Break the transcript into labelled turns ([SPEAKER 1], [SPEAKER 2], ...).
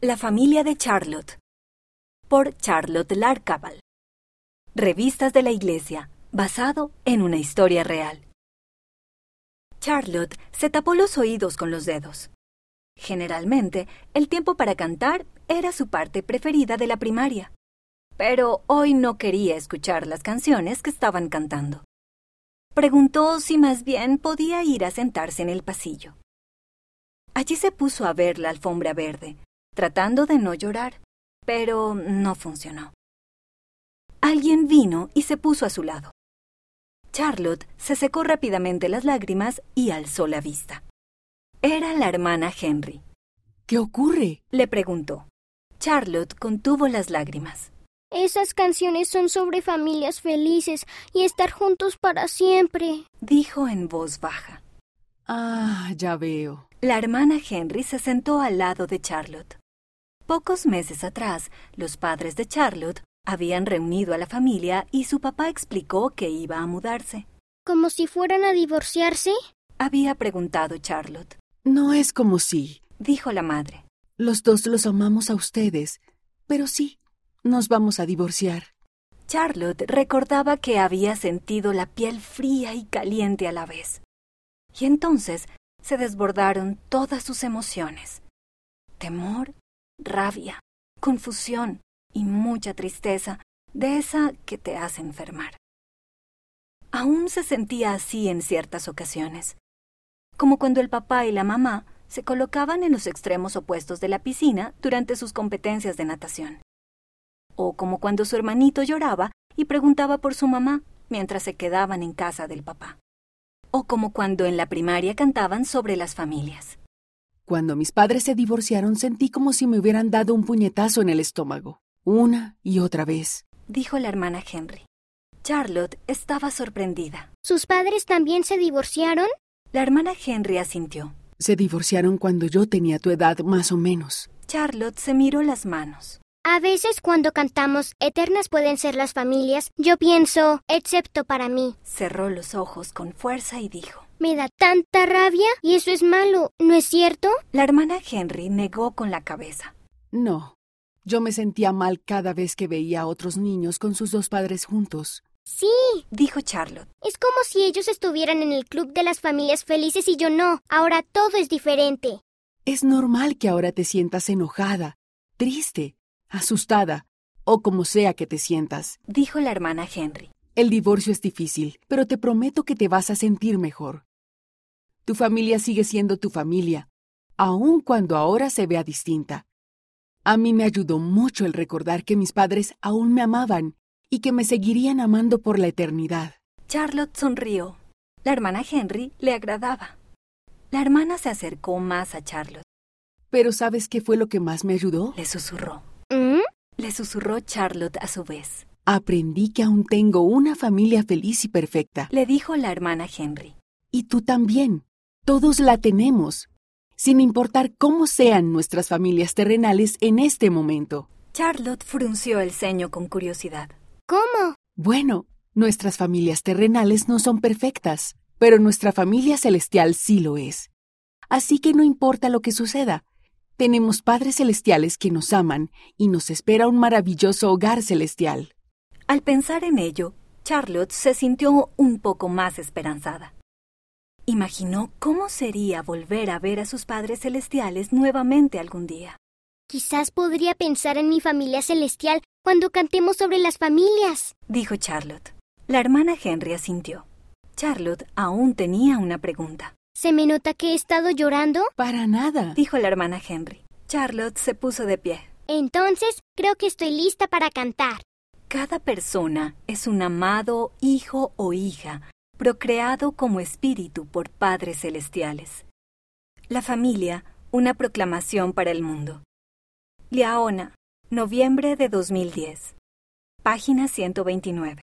[SPEAKER 1] La familia de Charlotte por Charlotte Larcabal. Revistas de la Iglesia, basado en una historia real. Charlotte se tapó los oídos con los dedos. Generalmente, el tiempo para cantar era su parte preferida de la primaria, pero hoy no quería escuchar las canciones que estaban cantando. Preguntó si más bien podía ir a sentarse en el pasillo. Allí se puso a ver la alfombra verde, tratando de no llorar, pero no funcionó. Alguien vino y se puso a su lado. Charlotte se secó rápidamente las lágrimas y alzó la vista. Era la hermana Henry.
[SPEAKER 2] ¿Qué ocurre?
[SPEAKER 1] Le preguntó. Charlotte contuvo las lágrimas.
[SPEAKER 3] Esas canciones son sobre familias felices y estar juntos para siempre,
[SPEAKER 1] dijo en voz baja.
[SPEAKER 2] Ah, ya veo.
[SPEAKER 1] La hermana Henry se sentó al lado de Charlotte. Pocos meses atrás, los padres de Charlotte habían reunido a la familia y su papá explicó que iba a mudarse.
[SPEAKER 3] como si fueran a divorciarse.
[SPEAKER 1] Había preguntado Charlotte,
[SPEAKER 2] No es como si.
[SPEAKER 1] dijo la madre.
[SPEAKER 2] Los dos los amamos a ustedes. Pero sí, nos vamos a divorciar.
[SPEAKER 1] Charlotte recordaba que había sentido la piel fría y caliente a la vez. Y entonces se desbordaron todas sus emociones. Temor, rabia, confusión y mucha tristeza, de esa que te hace enfermar. Aún se sentía así en ciertas ocasiones, como cuando el papá y la mamá se colocaban en los extremos opuestos de la piscina durante sus competencias de natación o como cuando su hermanito lloraba y preguntaba por su mamá mientras se quedaban en casa del papá, o como cuando en la primaria cantaban sobre las familias.
[SPEAKER 2] Cuando mis padres se divorciaron sentí como si me hubieran dado un puñetazo en el estómago. Una y otra vez.
[SPEAKER 1] Dijo la hermana Henry. Charlotte estaba sorprendida.
[SPEAKER 3] ¿Sus padres también se divorciaron?
[SPEAKER 1] La hermana Henry asintió.
[SPEAKER 2] Se divorciaron cuando yo tenía tu edad más o menos.
[SPEAKER 1] Charlotte se miró las manos.
[SPEAKER 3] A veces cuando cantamos Eternas pueden ser las familias, yo pienso, excepto para mí.
[SPEAKER 1] Cerró los ojos con fuerza y dijo.
[SPEAKER 3] Me da tanta rabia y eso es malo, ¿no es cierto?
[SPEAKER 1] La hermana Henry negó con la cabeza.
[SPEAKER 2] No. Yo me sentía mal cada vez que veía a otros niños con sus dos padres juntos.
[SPEAKER 3] Sí,
[SPEAKER 1] Dijo Charlotte.
[SPEAKER 3] es como si ellos estuvieran en el club de las familias felices y yo no. Ahora todo es diferente.
[SPEAKER 2] Es normal que ahora te sientas enojada, triste, asustada o como sea que te sientas.
[SPEAKER 1] Dijo la hermana Henry.
[SPEAKER 2] El divorcio es difícil, pero te prometo que te vas a sentir mejor. Tu familia sigue siendo tu familia, aun cuando ahora se vea distinta. A mí me ayudó mucho el recordar que mis padres aún me amaban y que me seguirían amando por la eternidad.
[SPEAKER 1] Charlotte sonrió. La hermana Henry le agradaba. La hermana se acercó más a Charlotte.
[SPEAKER 2] Pero ¿sabes qué fue lo que más me ayudó?
[SPEAKER 1] Le susurró.
[SPEAKER 3] ¿Mm?
[SPEAKER 1] Le susurró Charlotte a su vez.
[SPEAKER 2] Aprendí que aún tengo una familia feliz y perfecta.
[SPEAKER 1] Le dijo la hermana Henry.
[SPEAKER 2] Y tú también. Todos la tenemos, sin importar cómo sean nuestras familias terrenales en este momento.
[SPEAKER 1] Charlotte frunció el ceño con curiosidad.
[SPEAKER 3] ¿Cómo?
[SPEAKER 2] Bueno, nuestras familias terrenales no son perfectas, pero nuestra familia celestial sí lo es. Así que no importa lo que suceda. Tenemos padres celestiales que nos aman y nos espera un maravilloso hogar celestial.
[SPEAKER 1] Al pensar en ello, Charlotte se sintió un poco más esperanzada. Imaginó cómo sería volver a ver a sus padres celestiales nuevamente algún día.
[SPEAKER 3] Quizás podría pensar en mi familia celestial cuando cantemos sobre las familias.
[SPEAKER 1] dijo Charlotte. La hermana Henry asintió. Charlotte aún tenía una pregunta.
[SPEAKER 3] ¿Se me nota que he estado llorando?
[SPEAKER 2] Para nada.
[SPEAKER 1] dijo la hermana Henry. Charlotte se puso de pie.
[SPEAKER 3] Entonces, creo que estoy lista para cantar.
[SPEAKER 1] Cada persona es un amado hijo o hija, procreado como espíritu por padres celestiales. La familia, una proclamación para el mundo. Liaona, noviembre de 2010. Página 129.